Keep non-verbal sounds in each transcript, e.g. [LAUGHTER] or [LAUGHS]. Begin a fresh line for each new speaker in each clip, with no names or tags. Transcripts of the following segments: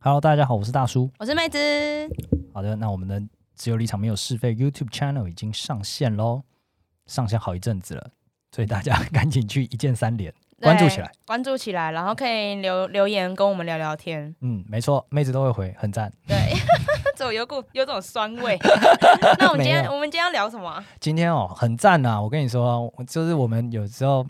Hello，大家好，我是大叔。
我是妹子，
好的，那我们的只有立场没有是非 YouTube channel 已经上线喽，上线好一阵子了，所以大家赶紧去一键三连， [LAUGHS] 关注起来。
对，关注起来，然后可以留留言跟我们聊聊天。
嗯，没错，妹子都会回，很赞。
对， [LAUGHS] 这有股有种酸
[LAUGHS]
味。那我们今天
没有
我们今天要聊什么啊？
今天哦，很赞呐、我跟你说，我就是我们有时候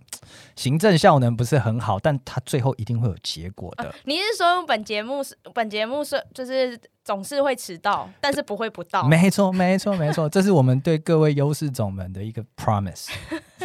行政效能不是很好，但它最后一定会有结果的。
你是说本节目是本节目是就是总是会迟到，但是不会不到？
没错，没错，没错，这是我们对各位优势种们的一个 promise，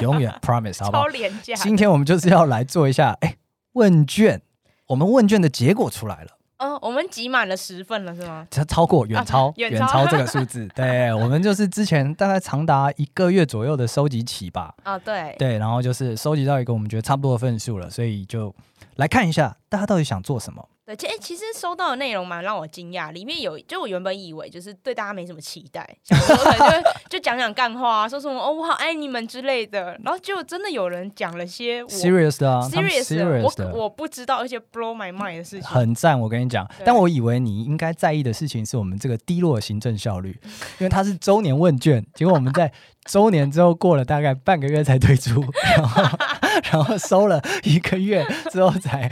永远 promise，好不好
超？廉价。
今天我们就是要来做一下，哎，问卷，我们问卷的结果出来了。
嗯、我们挤满了十份了是吗？
它超过远超、
啊远
远
超
超这个数字，对我们就是之前大概长达一个月左右的收集期吧，
啊，对，
对，然后就是收集到一个我们觉得差不多的份数了，所以就来看一下大家到底想做什么。
对，其、诶其实收到的内容蛮让我惊讶，里面有就我原本以为就是对大家没什么期待，想说可能就就讲讲干话、啊，说什么哦我好爱你们之类的，然后结果真的有人讲了些我
serious 的啊，他们
serious 的
serious 的
我，我不知道，而且 blow my mind 的事情。
很赞，我跟你讲。
对
但我以为你应该在意的事情是我们这个低落的行政效
[LAUGHS]
率，因为它是周年问卷，结果我们在周年之后过了大概半个月才推出，然后 [LAUGHS] 然后收了一个月之后才，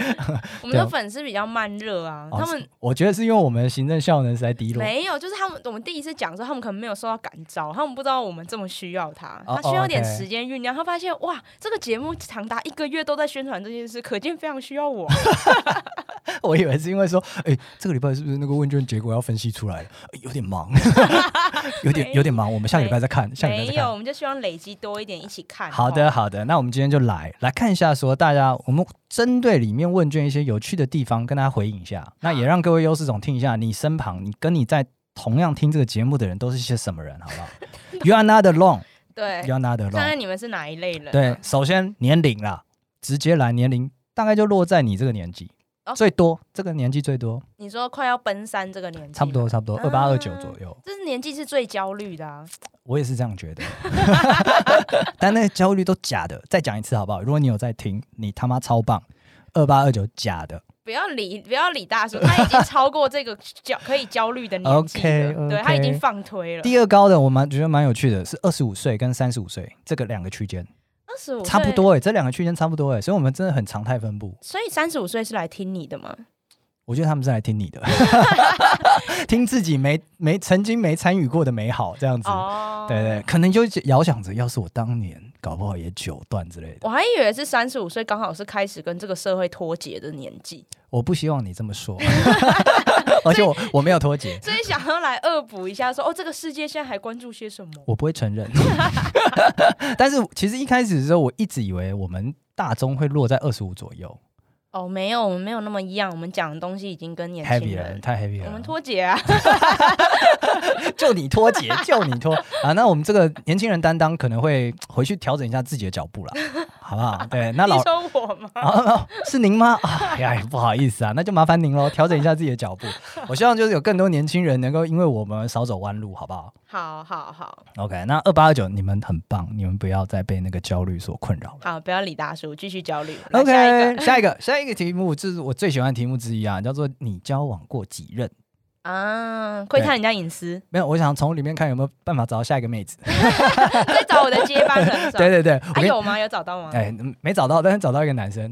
我们
对
的
啊
粉丝比较慢热啊，
哦
他们
我觉得是因为我们的行政效能实在低落。
没有，就是他们我们第一次讲的时候，他们可能没有受到感召，他们不知道我们这么需要他，
哦
他需要一点
OK
时间酝酿。他发现哇，这个节目长达一个月都在宣传这件事，可见非常需要
[LAUGHS]
我。啊
我以为是因为说，哎、这个礼拜是不是那个问卷结果要分析出来了？哎有点
[LAUGHS]
忙，有点有点忙，我们下个礼拜再看，下个礼拜
没
再
有，
看。
我们就希望累积多一点，一起看。
好
哦，
的，好的，那我们今天就来来看一下，说大家我们针对里面问卷一些有趣的地方，跟大家回应一下，那也让各位优势总听一下，你身旁你跟你在同样听这个节目的人都是些什么人，好不
[LAUGHS]
好？You are not alone,
对，
you are not
看
alone。
看你们是哪一类人。
对，，首先年龄啦，直接来年龄，大概就落在你这个年纪。
哦
最多这个年纪最多，
你说快要奔三这个年纪，
差不多。差不多二八
啊
二九左右，
这是年纪是最焦虑的啊！
我也是这样觉得。 [LAUGHS] 但那个焦虑都假的，再讲一次好不好？如果你有在听，你他妈超棒，二八二九假的。
不要理，不要理大叔，他已经超过这个焦可以焦虑的年纪了。
[LAUGHS] OK，OK
对他已经放推了。
第二高的我蛮觉得蛮有趣的，是二十五岁跟三十五岁这个两个区间
二十五
差不，多哎、这两个区间差不多哎、所以我们真的很常态分布。
所以三十五岁是来听你的吗？
我觉得他们是来听你
[LAUGHS]
的，听自己没没曾经没参与过的美好这样子。
哦，
嗯对对，。可能就遥想着，要是我当年搞不好也九段之类的。
我还以为是三十五岁，刚好是开始跟这个社会脱节的年纪，
我不希望你这么
[LAUGHS]
说，而且我我没有脱节，
所以想要来恶补一下说哦，这个世界现在还关注些什么？
我不会承认。 [LAUGHS] 但是其实一开始的时候，我一直以为我们大宗会落在二十五左右
哦，没有，我们没有那么一样，我们讲的东西已经跟年轻
，heavy 了，
人，
太 heavy 了。
我们脱节啊。
就你脱节，就你脱啊！那我们这个年轻人担当可能会回去调整一下自己的脚步啦，好不好？对，那
[LAUGHS] 你
老
说我吗？
[LAUGHS] 啊是您吗？啊哎呀，不好意思啊，那就麻烦您喽，调整一下自己的脚 [LAUGHS] 步。我希望就是有更多年轻人能够因为我们少走弯路，好不好
好好好
？OK，那二八二九你们很棒，你们不要再被那个焦虑所困扰了。
好，不要理大叔，继续焦虑。来下一个
OK，下一个，下一个题目，这是我最喜欢的题目之一啊，叫做“你交往过几任”。
啊，窥探人家隐私，
没有，我想从里面看有没有办法找到下一个妹子。
在找我的接班
[LAUGHS]
人。
对，对对，我
还
跟你
啊有吗？有找到吗？
哎，嗯没找到，但是找到一个男 [LAUGHS] 生，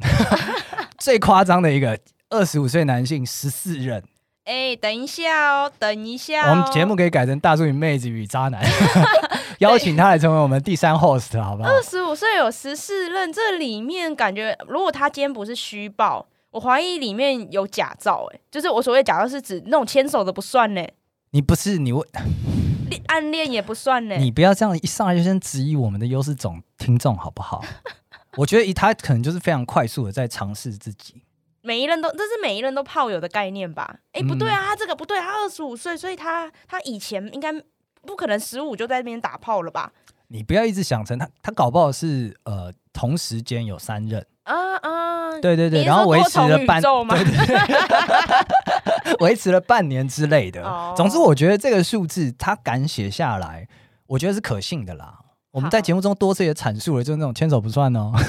最夸张的一个，二十五岁男性十四任，
哎，等一下哦，等一下哦。
我们节目可以改成《大叔与妹子与渣男》，
[LAUGHS]
[LAUGHS] 邀请他来成为我们第三 host，好不好？
二十五岁有十四任，这里面感觉，如果他今天不是虚报，我怀疑里面有假照。哎，就是我所谓假照是指那种牵手的不算呢，
你不是你，
恋暗恋也不算呢。
你不要这样一上来就先质疑我们的优势总听众，好不好？
[LAUGHS]
我觉得以他可能就是非常快速的在尝试自己，
每一任都，这是每一任都炮友的概念吧？哎、
嗯
不对啊，他这个不对啊，他二十五岁，所以他他以前应该不可能十五就在那边打炮了吧？
你不要一直想成他，他搞不好是呃同时间有三任，
啊啊，
对对
你
对，
是
然后
说
维
多
持
重
了
宇
半
宙吗？
[LAUGHS] 维持了半年之类的。
哦
总之，我觉得这个数字他敢写下来，我觉得是可信的啦。我们在节目中多次也阐述了，就是那种牵手不算哦，
啊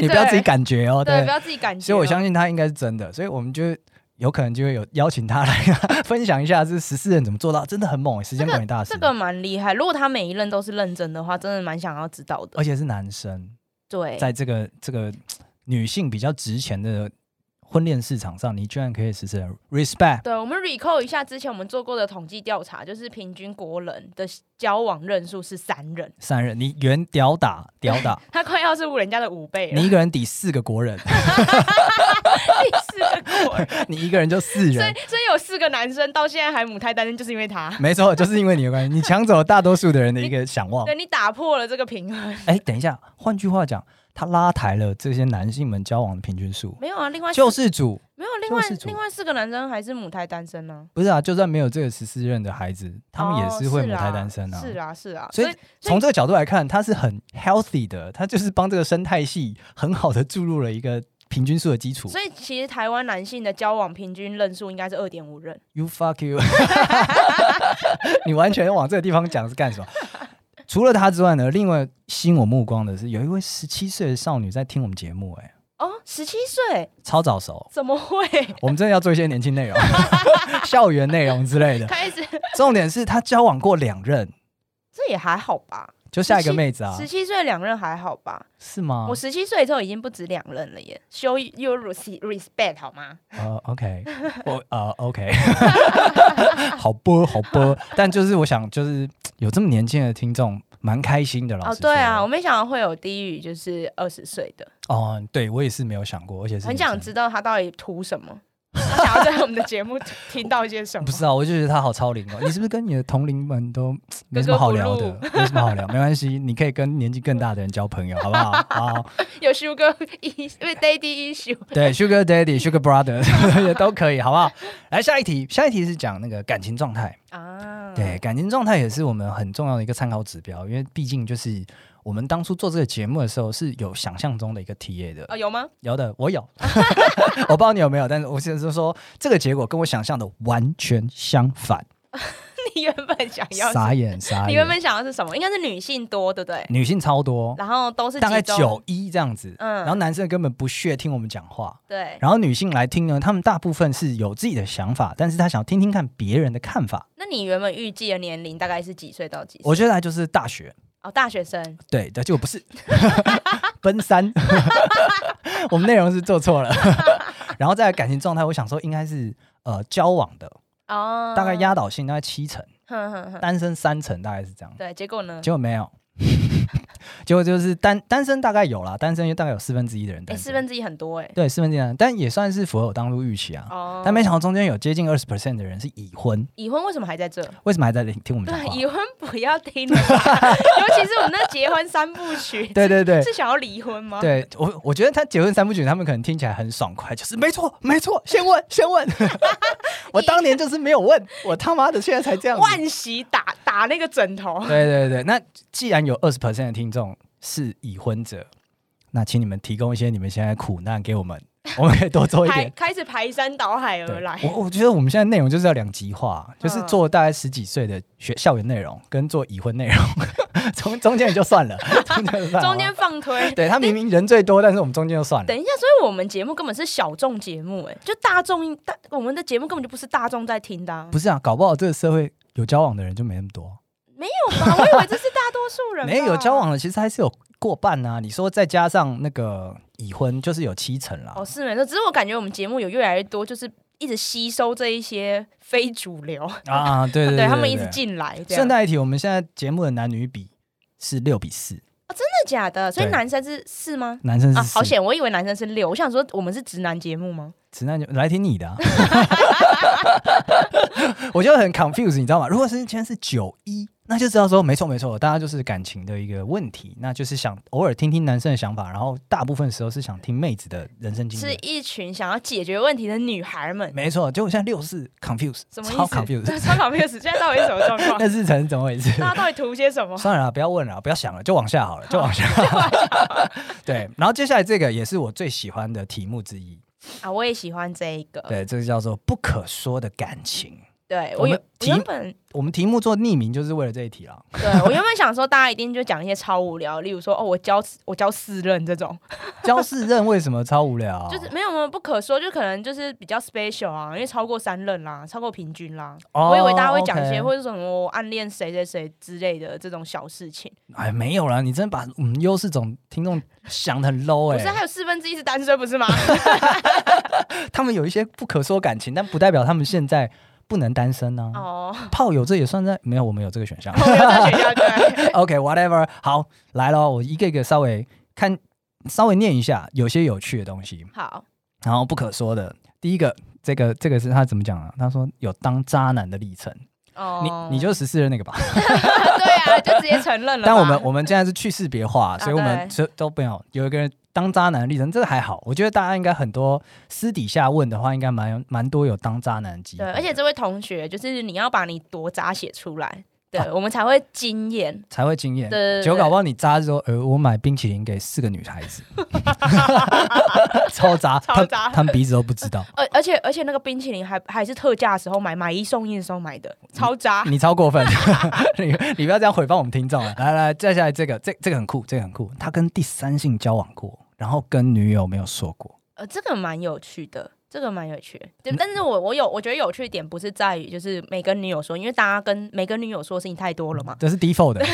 [LAUGHS] 你不要
[LAUGHS] 对
自己感觉哦，
对，
对
不。要自己感觉。
所以我相信他应该是真的，所以我们就有可能就会有邀请他来啊分享一下这十四人怎么做到，真的很猛，时间管理大师，
这个蛮厉害。如果他每一任都是认真的话，真的蛮想要知道的。
而且是男生，
对，
嗯在这个这个女性比较值钱的婚恋市场上，你居然可以实现 respect，
对，我们 recall 一下之前我们做过的统计调查，就是平均国人的交往人数是三人，，
三人你原屌打屌打
[LAUGHS] 他快要是人家的五倍了
你，一个人抵四个国人， [LAUGHS]
第四个国人。
你一个人就四
所
人
以，，所以有四个男生到现在还母胎单身，就是因为他。
没错，就是因为你的关系，你抢走了大多数的人的一个想望。
对你打破了这个平衡，
哎，等一下，换句话讲，他拉抬了这些男性们交往的平均数。
没有啊？另外
救
四
世主
没有，另外
救世主
另外四个男生还是母胎单身呢、
不是啊，就算没有这个十四任的孩子，他们也
哦
是会母胎单身啊。
是啊，是啊，
所
所
以
以
从这个角度来看，它是很 healthy 的，它就是帮这个生态系很好的注入了一个平均数的基础。
所以其实台湾男性的交往平均人数应该是二点五人，
You fuck you，你完全往这个地方讲是干什么？除了他之外呢，另外吸引我目光的是有一位十七岁的少女在听我们节目、哎，
哦，十七岁
超早熟。
怎么
[LAUGHS]
会
我们真的要做一些年轻内
[LAUGHS]
容，校园内容之类的。
开始？
重点是她交往过两任，
这也还好吧，
就下一个妹子啊
十，七岁两任还好吧？
是吗
我？十七岁之后已经不止两任了耶，show your respect 好吗？
呃，OK，我
[LAUGHS]
呃，OK，好播好播，但就是我想，就是有这么年轻的听众，蛮开心的。老
哦，
师说，
对啊，我没想到会有低于就是二十岁的，
哦，对我也是没有想过，而且是
很
女
想
生
知道他到底图什么，他想要在我们的
[LAUGHS]
节目听到一些什么
不。知道，我就觉得他好超龄哦。你是不是跟你的同龄们
[LAUGHS]
都没什么好聊的
格？
没什么好聊，没关系，你可以跟年纪更大的人交朋友，好不好？好，
有 sugar issue，因为 daddy issue，
对，Sugar Daddy、Sugar Brother [LAUGHS] 也都可以，好不好？来，下一题，下一题是讲那个感情状态。
啊，
对，，感情状态也是我们很重要的一个参考指标，因为毕竟就是我们当初做这个节目的时候是有想象中的一个 TA 的，
哦，有吗？ [LAUGHS]
有的我有， [LAUGHS] 我不知道你有没有，但是我现在是说这个结果跟我想象的完全相反，
你原本想要，
傻眼傻
你原
眼，
本想要是什么？应该是女性多，对不对？
女性超多，
然后都是
大概
集中
九，一这样子，
嗯
然后男生根本不屑听我们讲话。
对，
然后女性来听呢，她们大部分是有自己的想法，但是她想听听看别人的看法。
那你原本预计的年龄大概是几岁到几岁？
我觉得就是大学，
哦，大学生，
对，但结果不是 [LAUGHS] 奔三， [LAUGHS] 我们内容是做错了。 [LAUGHS] 然后再来感情状态，我想说应该是呃交往的，
哦，
大概，压倒性大概七成，
哼哼哼，
单身三成，大概是这样。
对，结果呢？
结果没有， [LAUGHS] 结果就是单单身大概有啦，单身大概有四分之一的人
哎，
单身，
四分之一很多哎，
对四分之一的人，但也算是符合我当初预期啊。
哦，
但没想到中间有接近二十 percent 的人是已婚，
已婚为什么还在这？
为什么还在听我们讲
对，啊
话？
[LAUGHS] 已婚不要听了吧， [LAUGHS] 尤其是我们那结婚三部
[LAUGHS]
曲，
对对对，
是想要离婚吗？，
对我，我觉得他结婚三部曲，他们可能听起来很爽快，就是没错，没错，先问，先
[LAUGHS]
问。我当年就是没有问，我他妈的现在才这样子。
万喜打打那个枕头，
对对对，那既然有二十 percent 的听众是已婚者，那请你们提供一些你们现在苦难给我
[LAUGHS]
们，我们可以多做一
排
点。
开始排山倒海而
对
来，。
我我觉得我们现在内容就是要两极化，就是
嗯
做大概十几岁的学校园内容，跟做已婚内容， [LAUGHS] 中中间也就算了，中间就算了
中间
[LAUGHS]
放推。
对他明明人最多，但是我们中间就算了
等。一下，所以我们节目根本是小众节目、哎，就大众大我们的节目根本就不是大众在听的、啊，
[LAUGHS] 不是啊，搞不好这个社会有交往的人就没那么多，
没有吧？我以为这是大多数人吧，
没有有交往的其实还是有过半啊。你说再加上那个已婚，就是有七成啦。
哦，是没错，只是我感觉我们节目有越来越多，就是一直吸收这一些非主流，
啊，对对对
他们一直。进来，这样
顺带一提，我们现在节目的男女比是六比四，
真的假的？所以
对
男生是是吗？
男生
啊
是，
好
四。
险！我以为男生是六，我想说我们是直男节目吗？
直男就来听你的、啊。 [LAUGHS] 我就很 confused，你知道吗？如果是今天是九一，那就知道说没错没错，大家就是感情的一个问题，那就是想偶尔听听男生的想法，然后大部分时候是想听妹子的人生经历
是。一群想要解决问题的女孩们，
没错，结果现在六四 confuse，
什么意
超
思？
confuse，
对超 confuse！现在到底是什么状况？
[LAUGHS] 那日程怎么回事？
大家到底图些什么？
[LAUGHS] 算了啦，不要问了，不要想了，就往下好了，就往下。
[LAUGHS]
[LAUGHS] 对，然后接下来这个也是我最喜欢的题目之一，
啊，我也喜欢这一个。
对，这个叫做不可说的感情。
对
我
我原
们
我
题
原本
我们题目做匿名就是为了这一题啦。 [LAUGHS]
对我原本想说，大家一定就讲一些超无聊，例如说哦，我教我教私任这种，
教四任为什么超无聊？
就是没有没有不可说，就可能就是比较 special 啊，因为超过三任啦，超过平均啦。
哦
我以为大家会讲一些
OK
或者什么我暗恋谁谁谁之类的这种小事情，
哎，没有啦，你真把我们优势总听众想的很 low
不
哎、
是还有四分之一是单身不
[LAUGHS]
是吗？
他们有一些不可说感情，但不代表他们现在不能单身呢、
哦，
炮友这也算在没有，我们有这个选项。
我没有在学校对，
[LAUGHS] OK，whatever，、好，来咯，我一个一个稍微看，稍微念一下有些有趣的东西，
好，
然后不可说的。第一个，这个这个是他怎么讲啊？他说有当渣男的历程，
哦，
你你就十四任那个吧。
对啊，就直接承认了吧。
但我们我们现在是去识别化，所以我们
啊对
就都没有有一个人当渣男的历程，这个还好。我觉得大家应该很多私底下问的话，应该蛮蛮多有当渣男的机会
对，
的。
而且这位同学就是你要把你多渣写出来，对、
啊
我们才会惊艳。
才会惊艳
对对。对
结果搞不好你渣之后，呃，我买冰淇淋给四个女孩
[LAUGHS]
子，超渣，
超
他们
渣
他们鼻子都不知道。
而而且而且那个冰淇淋还还是特价的时候买，买一送一的时候买的，超渣。 [LAUGHS]
你超过分， [LAUGHS] 你你不要这样毁谤我们听众了。来来，接下来这个，这这个很酷，这个很酷。他跟第三性交往过，然后跟女友没有说过。
呃，这个蛮有趣的，这个蛮有趣的。对，但是我我有我觉得有趣的点不是在于就是没跟女友说，因为大家跟没跟女友说的事情太多了嘛。
这是 default 的，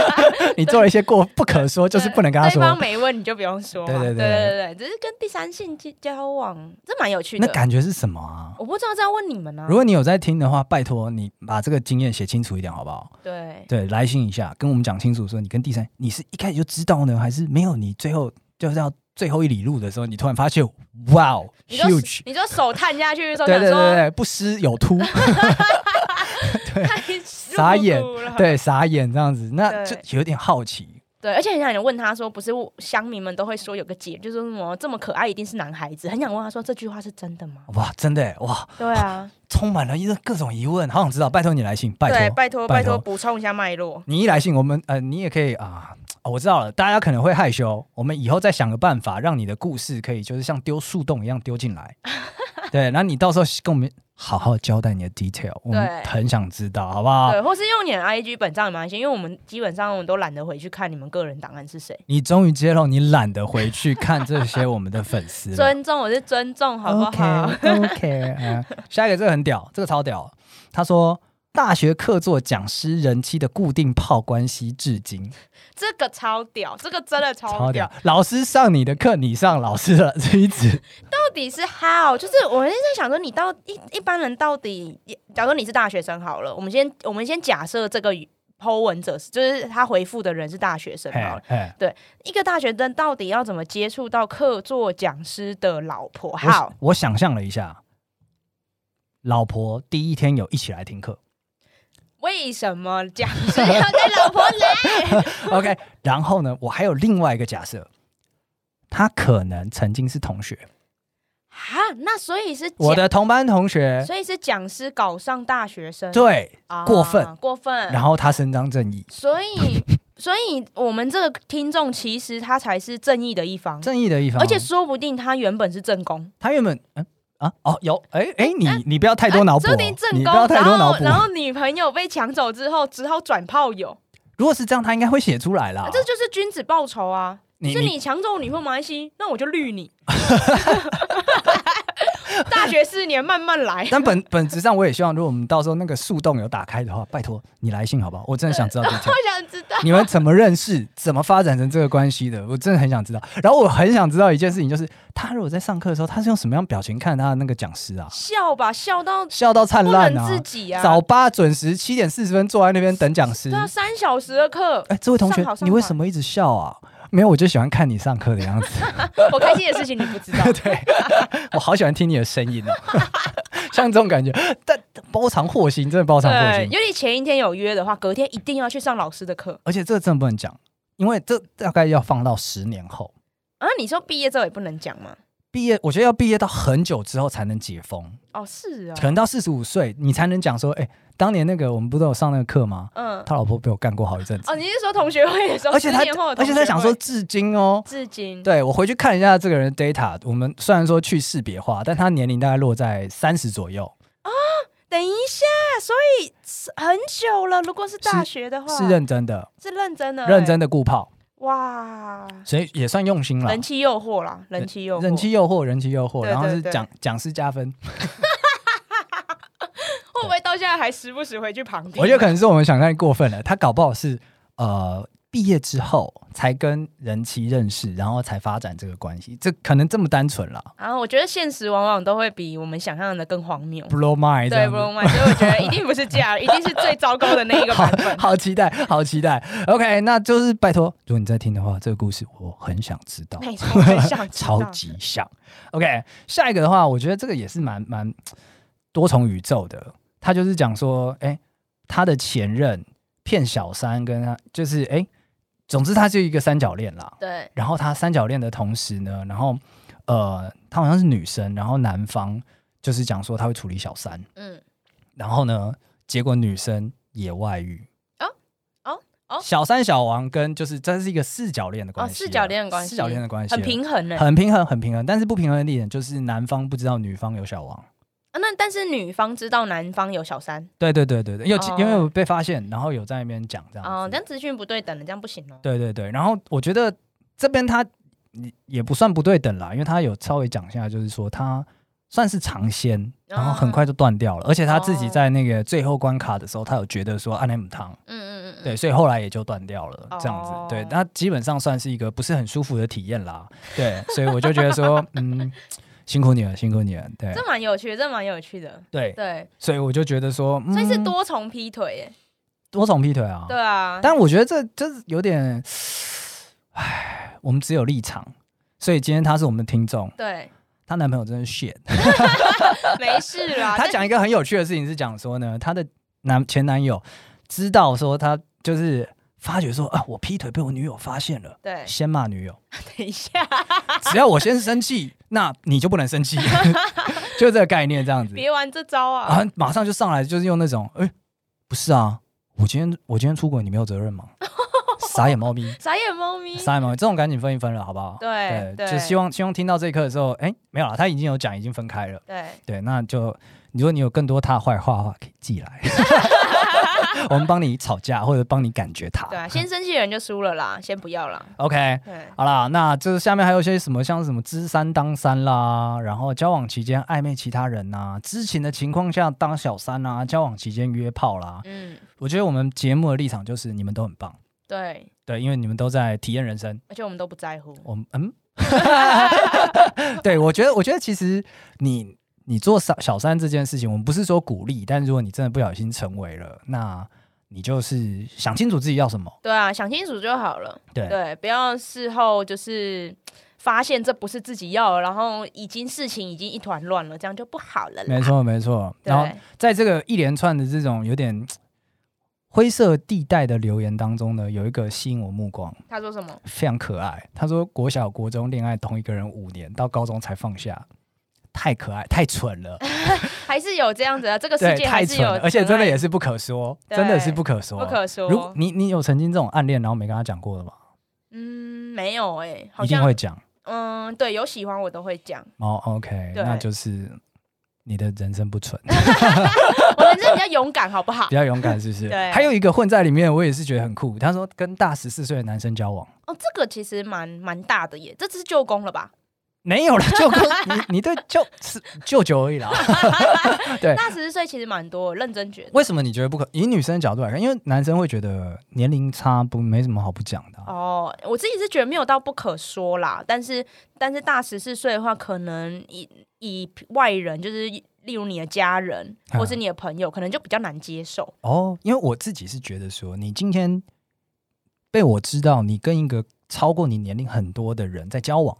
[LAUGHS] 你做了一些过不可说，就是不能跟他
对方
说，
没问你就不用说嘛。
对对
对
对
对对，只是跟第三性交交往，这蛮有趣
那
的。
感觉是什么啊？
我不知道这要问你们啊
如。果你有在听的话，拜托你把这个经验写清楚一点，好不好？
对，
对，来信一下，跟我们讲清楚说，你跟第三，你是一开始就知道呢，还是没有？你最后就是要最后一里路的时候，你突然发现，哇哦
你就
，huge，
你就手探
[LAUGHS]
下去的时候
对
想
对对
说
对，不湿有秃，
太
傻眼
入骨了
[LAUGHS] 对，傻眼这样子，那就
对
有点好奇，
对，而且很想问他说，不是乡民们都会说有个解，就是说什么这么可爱一定是男孩子，很想问他说这句话是真的吗？
哇，真的耶哇，
对啊，
充满了一个各种疑问，好想知道，拜托你来信，拜
对，
托，
拜托
拜
拜
托
托补充一下脉络。
你一来信，我们呃，你也可以啊、哦我知道了，大家可能会害羞，我们以后再想个办法，让你的故事可以就是像丢树洞一样丢进
[LAUGHS]
来。对，然后你到时候跟我们好好交代你的 detail，我们
对
很想知道，好不好？
对，或是用你的 IG 本账也蛮行，因为我们基本上我们都懒得回去看你们个人档案是谁，
你终于揭露你懒得回去看这些我们的粉丝了，
尊重我是尊重，好不好
OK OK，、啊
[LAUGHS]
下一个这个很屌，这个超屌。他说大学课座讲师人妻的固定炮关系至今
这个超屌，这个真的超屌，
超屌，老师上你的课，你上老师的妻子。
[LAUGHS] 到底是 how？就是我现在想说，你到一一般人到底，假如你是大学生好了，我们先我们先假设这个 Po 文者是就是他回复的人是大学生好了
嘿，嘿
一个大学生到底要怎么接触到客座讲师的老婆？
我
好，
我想象了一下，老婆第一天有一起来听
[LAUGHS]
课
为什么讲师要带老婆来？
，OK。然后呢，我还有另外一个假设，他可能曾经是同学，
[LAUGHS] 哈，那所以是
我
讲，
的同班同学，
所以是讲师搞上大学生，
对。
啊
过分
过分。
然后他伸张正义，
所以所以我们这个听众其实他才是正义的一方。
正义的一方，
而且说不定他原本是正宫，
他原本嗯啊哦有哎哎、你你不要太多脑补、
说
哦
不哎定，正
你
宫，
不要太多
然
脑
后
补
然
哦。
后女朋友被抢走之后，只好转炮友，
如果是这样，他应该会写出来啦。
啊这就是君子报仇啊！
啊你
是
你
你抢走我女朋友没关系，那我就
[LAUGHS]
绿你。大学四年慢慢来， [LAUGHS]
但本 [LAUGHS] 本质上我也希望，如果我们到时候那个树洞有打开的话，拜托你来信好不好？我真的想
[LAUGHS]
知道这条。
我想知道。
你们怎么认识，怎么发展成这个关系的？我真的很想知道。然后我很想知道一件事情，就是他如果在上课的时候，他是用什么样表情看他的那个讲师啊？
笑吧，笑到
笑到灿
不
烂
能自
啊！
己啊！
早八准时，七点四十分坐在那边等讲师
对。啊，三小时的课，
哎，这位同学
上好，上
你为
好
什么一直笑啊？没有，我就喜欢看你上课的样子。
我开心的事情你不
[LAUGHS]
知道。
对，我好喜欢听你的声音哦， [LAUGHS] 像这种感觉，但包藏祸心，真的包藏祸
对，
心。
因为你前一天有约的话，隔天一定要去上老师的课。
而且这个真的不能讲，因为这大概要放到十年后
啊，你说毕业之后也不能讲吗？
毕业，我觉得要毕业到很久之后才能解封，
哦，是啊
可，能到四十五岁你才能讲说，哎、当年那个我们不都有上那个课吗？
嗯，
他老婆被我干过好一
[LAUGHS]
阵子，
哦，你是说同学会的时候，
而且他
10年后的
而
同
且
学
他想说
会
至今哦。
至今，
对我回去看一下这个人的 data，我们虽然说去识别化，但他年龄大概落在三十左右，
等一下，所以是很久了。如果是大学的话，
是认真的，
是认真的欸、欸
认真的顾泡，
哇，
所以也算用心了。
人气诱惑啦，人气诱惑，
人气诱惑，人气诱惑，
对
然后
对
是
对
讲讲师加分，
会不会到现在还时不时回去旁听？
我觉得可能是我们想太过分了。他搞不好是呃毕业之后才跟人妻认识，然后才发展这个关系，这可能这么单纯啦。
啊，我觉得现实往往都会比我们想象的更荒谬。
Blow my 这
嗯对，
样
不
子
用嘛，所以我觉得一定不是这样，一定是最糟糕的那一个版
[LAUGHS]
本。
好期待，好期待。OK，那就是拜托，如果你在听的话，这个故事我很想知道，
没错， [LAUGHS] 我很想知
[LAUGHS]
道
超级想。OK，下一个的话，我觉得这个也是蛮蛮多重宇宙的。他就是讲说，哎、他的前任骗小三，跟他就是哎、总之他是一个三角恋啦。
对，
然后他三角恋的同时呢，然后呃，他好像是女生，然后男方就是讲说他会处理小三，
嗯，
然后呢，结果女生也外遇。
哦哦哦
小三小王跟就是这是一个四角恋的关系啊、
四角恋的关系
四角恋的关系啊，
很平衡欸呢、
很平衡，很平衡。但是不平衡的地点就是男方不知道女方有小王。
啊那但是女方知道男方有小三
对对对对对，有、
哦
因为我被发现，然后有在那边讲这样子。
哦，但资讯不对等的，这样不行哦。
对对对，然后我觉得这边他也也不算不对等啦，因为他有稍微讲一下，就是说他算是尝鲜，然后很快就断掉了，而且他自己
哦
在那个最后关卡的时候，他有觉得说安啊内姆汤。
嗯嗯嗯，
对，所以后来也就断掉了，这样子。
哦
对，那基本上算是一个不是很舒服的体验啦。对，所以我就觉得说，嗯，辛苦你了，辛苦你了。对
这蛮有趣，这蛮有趣的。
对，
对，
所以我就觉得说，嗯、
所以是多重劈腿耶。
多重劈腿啊。
对啊，
但我觉得这这有点，唉，我们只有立场，所以今天她是我们的听众，
对，
她男朋友真是 shit。
没事
[LAUGHS]
啦。
她
但
讲一个很有趣的事情是讲说呢，她的男前男友知道说她就是发觉说啊，我劈腿被我女友发现了， [LAUGHS]
对，
先骂女
[LAUGHS]
友。
等一下，
只要我先生气，那你就不能生气， [LAUGHS] 就这个概念这样子。
别玩这招啊！
啊，马上就上来就是用那种，哎、不是啊，我今天我今天出轨，你没有责
[LAUGHS]
任吗？傻眼猫咪，
傻眼猫咪，
傻眼猫咪，这种赶紧分一分了，好不好？
对
就希望希望听到这一刻的时候，哎、没有了，他已经有讲，已经分开了。
对
对，那就如果你有更多他的坏话的话，可以寄
[LAUGHS]
来， [LAUGHS] 我们帮你吵架或者帮你感觉他。
对啊，先生气的人就输了啦，先不要啦。
OK，
对，
好啦，那就是下面还有一些什么，像是什么知三当三啦，然后交往期间暧昧其他人呐、知情的情况下当小三啦、交往期间约炮啦。
嗯，
我觉得我们节目的立场就是你们都很棒，
对，
对，因为你们都在体验人生。
而且我们都不在乎。
我们嗯，对我觉得，我觉得其实你你做小小三这件事情，我们不是说鼓励，但如果你真的不小心成为了，那你就是想清楚自己要什么。
对啊，想清楚就好了。
对
对，不要事后就是发现这不是自己要的，然后已经事情已经一团乱了，这样就不好了啦。
没错，没错。
对，
然后在这个一连串的这种有点灰色地带的留言当中呢，有一个吸引我目光，
他说什么？
非常可爱。他说：“国小、国中恋爱同一个人五年，到高中才放下，太可爱，太蠢
[LAUGHS]
了，
还是有这样子啊？这个世
对，
界
太
还是
蠢
有
了，，而且真的也
是
是不可说，
对
真的是不可说，
不可说。
如果你你有曾经这种暗恋，然后没跟他讲过的吗？
嗯，没有哎、好
一定
像
会讲
嗯，对，有喜欢我都会讲，
哦。OK，
对
那就是你的人生不蠢，
[LAUGHS] [LAUGHS] 我人生比较勇敢，好
[LAUGHS]
不好
比？较勇敢，是不是？
对
还有一个混在里面，我也是觉得很酷。他说跟大十四岁的男生交往。”
哦，这个其实蛮蛮大的耶，这只是舅公了吧？
没有啦，舅公， [LAUGHS] 你你对舅是舅舅而已啦。对，
大十岁其实蛮多，认真觉得。
为什么你觉得不可？以女生的角度来看，因为男生会觉得年龄差不没什么好不讲的啊、
哦，我自己是觉得没有到不可说啦，但是但是大十四岁的话，可能以以外人，就是例如你的家人
啊
或是你的朋友，可能就比较难接受。
哦，因为我自己是觉得说，你今天被我知道你跟一个超过你年龄很多的人在交往，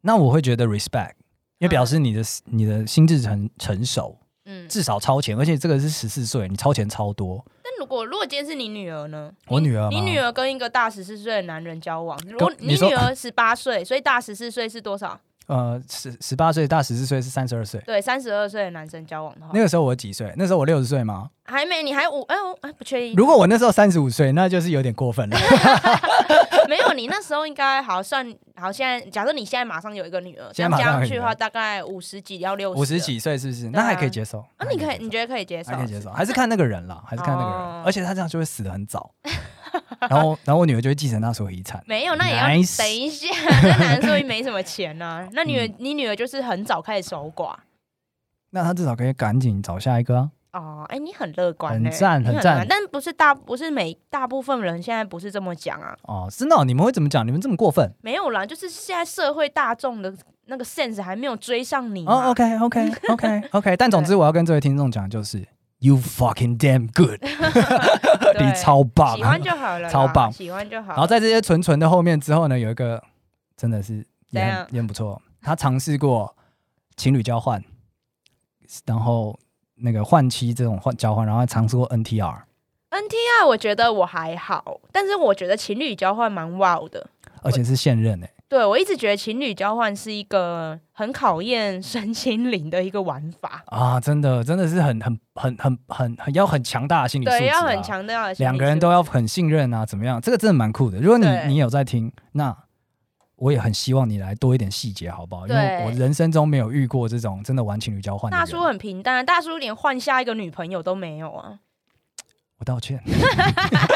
那我会觉得 respect，因为表示你的、你的心智成成熟，
嗯，
至少超前，而且这个是十四岁，你超前超多。
但如果如果今天是你女儿呢？
我
你
女儿
你
吗
女儿跟一个大十四岁的男人交往，如果
跟
你
你说
女儿十八岁，所以大十四岁是多少？
呃十十八岁大十四岁是三十二岁，
对三十二岁的男生交往的话，
那个时候我几岁？那时候我六十岁吗？
还没你还五哎我哎不确定，
如果我那时候三十五岁，那就是有点过
[LAUGHS]
分了。 [LAUGHS]
没有你那时候应该好算好现在，假设你现在马上有一个女儿，这
现在马
样
上
加上
有一
去
个
的话，大概五十几要六
五十几岁是不是？那
对啊
还可以接受
啊，你可以你觉得可以接受？
还可以接受，还是看那个人啦，还是看那个人，
哦
而且他这样就会死得很早，然后然后我女儿就会继承他所有遗产。
没有，那也要
Nice 嗯
等一下。那男的说明没什么钱呢、啊，那女儿、你女儿就是很早开始守寡
那他至少可以赶紧找下一个啊。
哦。哎、你很乐观、欸，
很赞
你很
很赞
乐观但不是大不是每大部分人现在不是这么讲啊，
哦，真的哦、你们会怎么讲？你们这么过分？
没有啦，就是现在社会大众的那个 sense 还没有追上你嘛
哦，OK
[LAUGHS]
OK OK OK，但总之我要跟这位听众讲，就是 You fucking damn good，
[LAUGHS] 对
你超棒
喜。欢就好了啦，
超棒
喜欢就好。
[LAUGHS] 然后在这些纯纯的后面之后呢，有一个真的是也
怎样
很也很不错，他尝试过情侣交换，然后那个换妻这种换交换，然后还尝试过 NTR。
NTR 我觉得我还好，但是我觉得情侣交换蛮 wow 的。
而且是现任哎、
对我一直觉得情侣交换是一个很考验身心灵的一个玩法，
啊，真的真的是很很很很很很要很强大的心理素质、啊，
对，要很，强调的心理
两个人都要很信任啊，怎么样？这个真的蛮酷的。如果你
对
你有在听，那我也很希望你来多一点细节，好不好？因为
对
我人生中没有遇过这种真的玩情侣交换的
大
人。
叔很平淡，啊大叔连换下一个女朋友都没有啊，
我道歉。 [LAUGHS]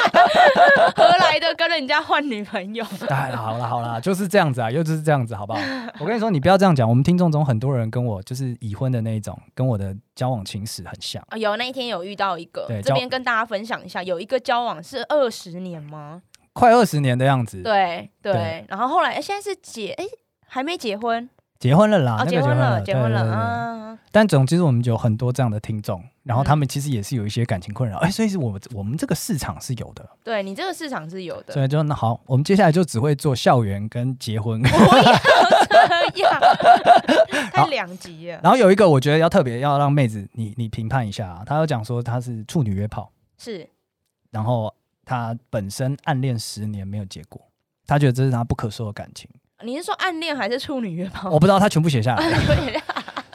何来的跟人家换女朋友？
哎，好啦好啦，就是这样子啊，又就是这样子，好不 [LAUGHS] 好？我跟你说，你不要这样讲。我们听众中很多人跟我就是已婚的那一种，跟我的交往情史很像。
啊，有那一天有遇到一个
对，
这边跟大家分享一下，有一个交往是二十年吗？
快二十年的样子，
对对
对
然后后来、哎现在是结哎、还没结婚
结婚了啦，
哦，
啊那个
结婚了，
结
结
婚
婚了
对对对对
啊，
但总之，我们有很多这样的听众，然后
嗯
他们其实也是有一些感情困扰，哎、所以是我们我们这个市场是有的，
啊对你这个市场是有的，
所以就那好，我们接下来就只会做校园跟结
[LAUGHS]
婚。
不要这
[LAUGHS]
样，太两极了。
然后有一个我觉得要特别要让妹子你你评判一下、啊，她有讲说她是处女约炮，
是
然后她本身暗恋十年没有结果，她觉得这是她不可说的感情，
你是说暗恋还是处女约炮？ [LAUGHS]
我不知道她全部写下来，
对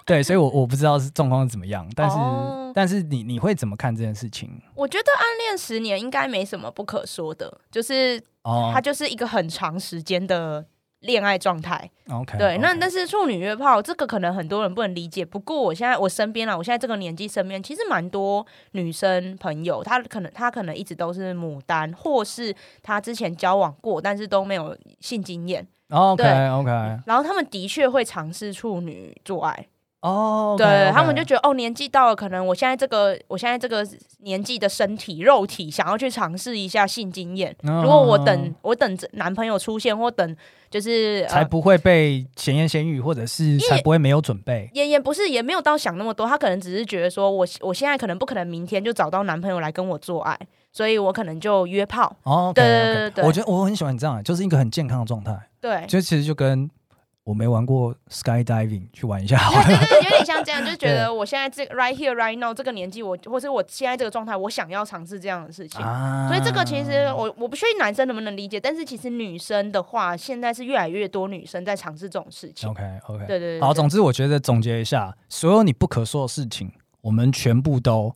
对，所以我我不知道是状况是怎么样，但是、
哦
但是你你会怎么看这件事情？
我觉得暗恋十年应该没什么不可说的，就是
哦
它就是一个很长时间的恋爱状态。
，OK，
对，那
哎 OK
但是处女约炮这个可能很多人不能理解。不过我现在我身边啊，我现在这个年纪身边其实蛮多女生朋友，她可能她可能一直都是牡丹，或是她之前交往过，但是都没有性经验。
哦 OK
对
OK，
然后他们的确会尝试处女做爱，
哦，
对他们就觉得哦，年纪到了，可能我现在这个我现在这个年纪的身体肉体想要去尝试一下性经验。
如
如果
哦
我等我等着男朋友出现，或等就是
才
呃
不会被闲言闲语，或者是才不会没有准备。
也也不是，也没有到想那么多，他可能只是觉得说我我现在可能不可能明天就找到男朋友来跟我做爱，所以我可能就约炮。
哦，
对
OK，OK
对对对
我觉得我很喜欢你这样，就是一个很健康的状态。
对，
就其实就跟我没玩过 skydiving 去玩一
[LAUGHS]
下好了。
对对对，有点像
[LAUGHS]
这样，就觉得我现在这个 right here right now 这个年纪，我或是我现在这个状态，我想要尝试这样的事情。
啊
所以这个其实我我不确定男生能不能理解，但是其实女生的话，现在是越来越多女生在尝试这种事情。
OK OK。
对对对，
好，
对
总之我觉得总结一下，所有你不可说的事情，我们全部都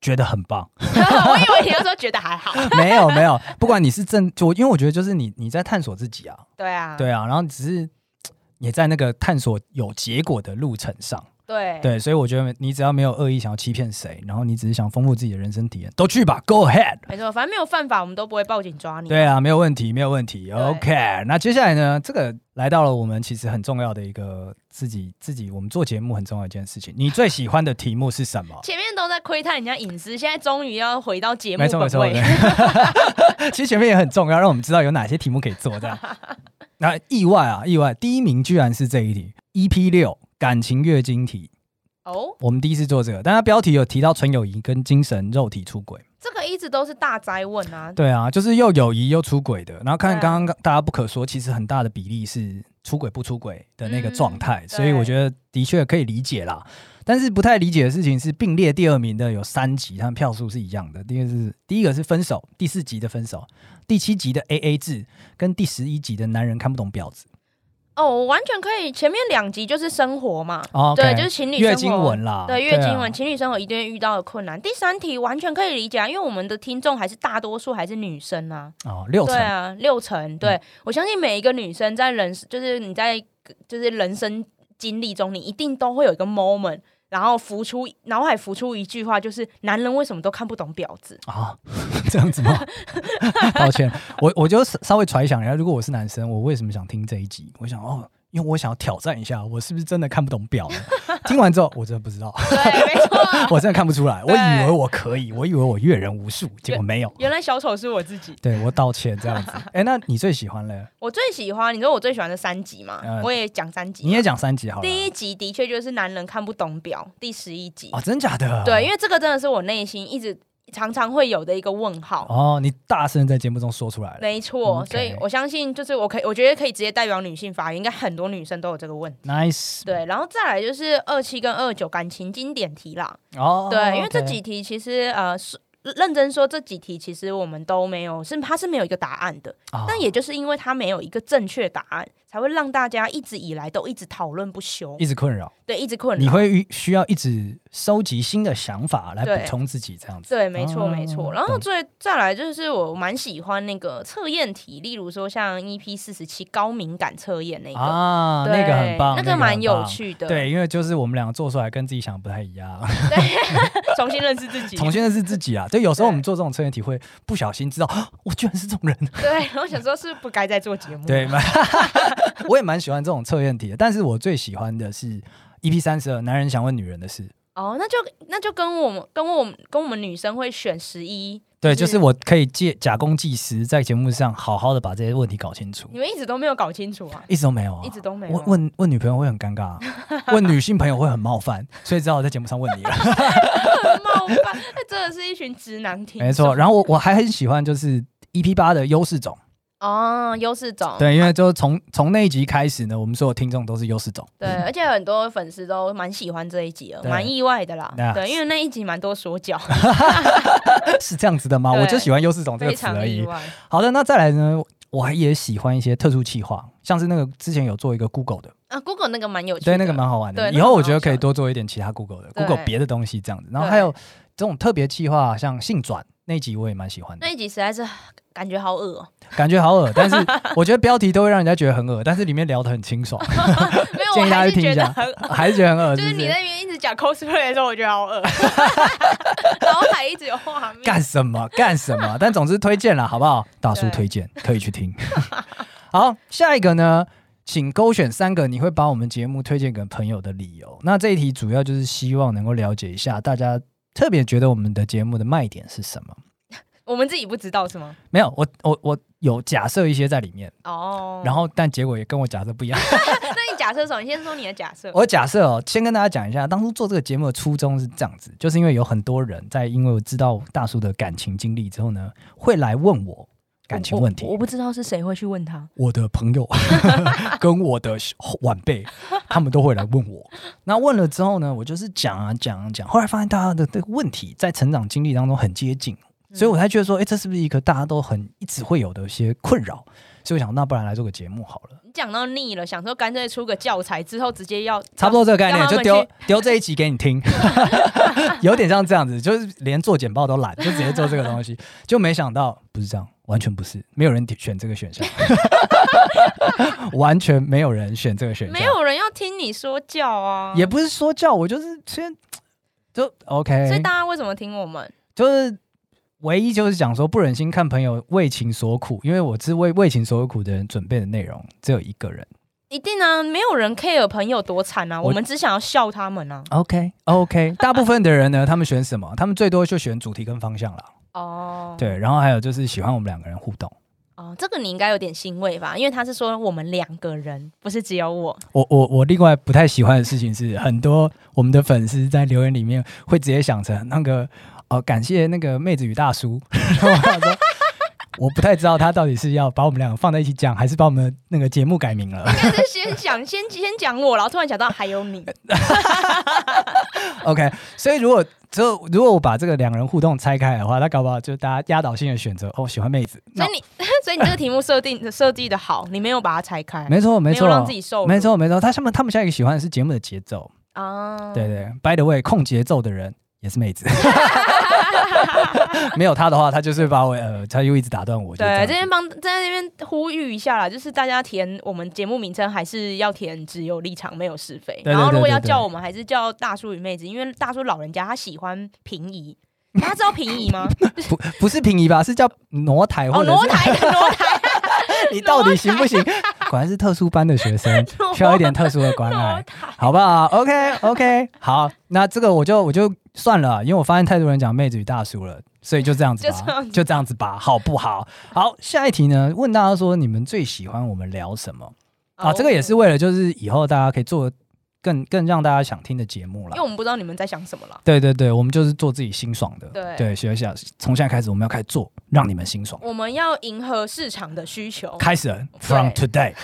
觉得很棒。
[LAUGHS]
[LAUGHS]
我以为你要说觉得还好，
没有没有，不管你是正，就因为我觉得就是你你在探索自己啊，
对啊，
对啊，然后只是也在那个探索有结果的路程上。
对
对，所以我觉得你只要没有恶意想要欺骗谁，然后你只是想丰富自己的人生体验，都去吧，Go ahead。
没错，反正没有犯法，我们都不会报警抓你。
对啊，没有问题，没有问题。
对？
OK，那接下来呢？这个来到了我们其实很重要的一个自己自己我们做节目很重要的一件事情。你最喜欢的题目是什么
前面都在窥探人家隐私，现在终于要回到节目
没错没
本
错，
位。
对其实前面也很重要，让我们知道有哪些题目可以做。这样，那意外啊，意外，第一名居然是这一题，EP 六感情月经题。
[LAUGHS] 哦，
我们第一次做这个，但它标题有提到纯友谊跟精神肉体出轨。
这个一直都是大灾问啊。
对啊，就是又友谊又出轨的，然后看
对啊
刚刚大家不可说，其实很大的比例是出轨不出轨的那个状态，
嗯
所以我觉得的确可以理解啦。但是不太理解的事情是，并列第二名的有三集，他们票数是一样的。第一个是第一个是分手，第四集的分手，第七集的 A A 制，跟第十一集的男人看不懂婊子。
哦，我完全可以。前面两集就是生活嘛，
哦，
对，就是情侣
月
生
经
活。
文啦，
对，月经
啊
文，情侣生活一定会遇到的困难。第三题完全可以理解啊，因为我们的听众还是大多数还是女生啊。
哦，六嗯
对
成
啊，六成。对、我相信每一个女生在人，就是你在就是人生经历中，你一定都会有一个 moment，然后浮出脑海浮出一句话，就是男人为什么都看不懂婊子？
啊， [LAUGHS] 这样子吗？抱歉，我我就稍微揣想一下，如果我是男生，我为什么想听这一集？我想哦，因为我想要挑战一下，我是不是真的看不懂
[LAUGHS]
表呢？听完之后，我真的不知道， [LAUGHS]
对，没错。
我真的看不出来。我
[LAUGHS] 对
以为我可以，我以为我阅人无数，结果没有。
原来小丑是我自己。
对我道歉这样
[LAUGHS]
子。哎、那你最喜欢嘞？
我最喜欢，你知道我最喜欢的三集嘛？
嗯
我也讲三集嘛。
你也讲三集好了。
第一集的确就是男人看不懂表，第十一集。
哦，真假的？
对，因为这个真的是我内心一直常常会有的一个问号。
哦，你大声在节目中说出来了。
没错，
OK
所以我相信，就是我可以，我觉得可以直接代表女性发言，应该很多女生都有这个问题。
Nice，
对，然后再来就是二七跟二九感情经典题啦。
哦，
对，因为这
OK
几题其实呃是。认真说，这几题其实我们都没有，是它是没有一个答案的。
啊
但也就是因为它没有一个正确答案，才会让大家一直以来都一直讨论不休，
一直困扰，
对，一直困
你
扰。
会遇需要一直收集新的想法来
对
补充自己，这样子。
对，没错，
哦
没错。然后
懂
最再来就是我蛮喜欢那个测验题，例如说像 EP 四十七高敏感测验那个，
啊，
对
那个很棒，
那
个很
蛮有
棒。
趣的，，
对，因为就是我们两个做出来跟自己想的不太一
[LAUGHS]
样，
重新认识自己。
重新认识自己啊。对，有时候
对
我们做这种测验题会不小心知道，啊我居然是这种人。
[LAUGHS] 对，我想说是不该再做节目。
对，蛮 [LAUGHS] 我也蛮喜欢这种测验题的，但是我最喜欢的是 EP 三十二，男人想问女人的事。
哦，那就那就跟我们跟我们跟我们女生会选十一，
对，
就
就是是我可以借假公济私，在节目上好好的把这些问题搞清楚
你，们一直都没有搞清楚啊，
一直都没有啊，
一直都没有
问。问问女朋友会很尴尬
[LAUGHS]
啊、问女性朋友会很冒犯，所以只好在节目上问你了。
[LAUGHS] 冒犯，那真的是一群直男听众。
没错，然后我我还很喜欢就是 EP 八的优势
[LAUGHS]
种，
哦，优势种，
对，因为就从从那一集开始呢，我们所有听众都是优势
[LAUGHS]
种，
对，而且很多粉丝都蛮喜欢这一集的，
对啊
蛮意外的啦。
那
对，因为那一集蛮多锁脚， [LAUGHS]
是这样子的吗？
对
我就喜欢优势种这个
非
词
常
而
意
已。
外。
好的，那再来呢，我也喜欢一些特殊企划，像是那个之前有做一个 Google 的，
啊，Google 那个蛮有趣的，
对，那个蛮好玩的。
对
以后我觉得
那个蛮好笑的
可以多做一点其他 Google 的
对
，Google 别的东西这样子。然后
对
还有这种特别企划，像性转那一集我也蛮喜欢的
那，一集实在是感觉好恶哦、
感觉好恶，但是我觉得标题都会让人家觉得很恶，但是里面聊得很清
[LAUGHS]
爽，
没
[LAUGHS]
有，
建
我
议大
还
家
是
去听
觉
一
得
下
很，
还是觉得很恶，
就是是
不
你
是？
那边一直讲 cosplay 的时候，我觉得好
[LAUGHS]
恶，脑海一直有画面。
干什
[LAUGHS]
么干什么？但总之推荐了，好不好？大叔
对
推荐，可以去听。 [LAUGHS] 好，下一个呢，请勾选三个你会把我们节目推荐给朋友的理由。那这一题主要就是希望能够了解一下大家特别觉得我们的节目的卖点是什么。
我们自己不知道是吗？
没有，我我我有假设一些在里面，
哦，
然后但结果也跟我假设不一样。
那你假设什么？你先说你的假 [LAUGHS] 设。
我假设哦，先跟大家讲一下，当初做这个节目的初衷是这样子，就是因为有很多人在因为我知道大叔的感情经历之后呢，会来问我感情问题
我我。我不知道是谁会去问他。
我的朋友 [LAUGHS] 跟我的晚辈，他们都会来问我。那问了之后呢，我就是讲啊讲啊讲，后来发现大家的这个问题在成长经历当中很接近，所以我才觉得说，哎、这是不是一个大家都很一直会有的一些困扰？所以我想，那不然来做个节目好了，
你讲到腻了，想说干脆出个教材，之后直接要
差不多这个概念，
让
就
他们
丢丢这一集给你
[LAUGHS]
听，有点像这样子，就是连做简报都懒，就直接做这个东西，就没想到不是这样，完全不是，没有人点选这个选
[LAUGHS]
项，完全没有人选这个选项，
没有人要听你说教啊。
也不是说教我，就是先就
所
OK，
以大家为什么听我们？
就是唯一就是讲说不忍心看朋友为情所苦，因为我是为为情所苦的人准备的内容只有一个
[LAUGHS]
人。
一定啊，没有人 care 朋友多惨啊，
我
我们只想要笑他们啊。
OK OK，大部分的人呢，他们选什么？他们最多就选主题跟方向了。
哦，
对，然后还有就是喜欢我们两个人互动。
哦，这个你应该有点欣慰吧？因为他是说我们两个人，不是只有我。
我我我另外不太喜欢的事情是，很多我们的粉丝在留言里面会直接想成那个哦、感谢那个妹子与大叔， [LAUGHS] 然后我想说。我不太知道他到底是要把我们两个放在一起讲，还是把我们那个节目改名了。哎
但是先讲，先先讲我，然后突然想到还有你。
OK，所以如果就如果我把这个两人互动拆开来的话，那搞不好就大家压倒性的选择哦，喜欢妹子。
所
那
以你， [LAUGHS] 所以你这个题目设定设计的好，你没有把它拆开，
没错，没
有让
错
自，己受辱，
没错，没错。他他们他们下一个喜欢的是节目的节奏，
啊，
对对。By the way，控节奏的人也是妹子。 [LAUGHS] 没有他的话，他就是把我呃，他又一直打断我。就
对，这
这样
边帮在那边呼吁一下啦，就是大家填我们节目名称还是要填只有立场没有是非，
对
然后
对
如果
对
要
对
叫我们还是叫大叔与妹子，因为大叔老人家他喜欢平移，大家知道平移
[LAUGHS]
吗？
不不是平移吧？是叫挪台
哦，
或者
挪
哎是
台 [LAUGHS] 挪台
你到底行不行？ [LAUGHS] 果然是特殊班的学
[LAUGHS]
生， [LAUGHS] 需要一点特殊的关
挪
爱。
台，
好不好？OK OK，好，那这个我就我就算了，因为我发现太多人讲妹子与大叔了，所以就这样子吧，
就这样子
这样子吧，好不好？好，下一题呢？问大家说你们最喜欢我们聊什么啊？这个也是
哦，
为了就是以后大家可以做更更让大家想听的节目
因
啦
为。我们不知道你们在想什么了。
对对对，我们就是做自己心爽的。
对
对，学一下，从现在开始我们要开始做，让你们心爽。
我们要迎合市场的需求，
开始了，from today。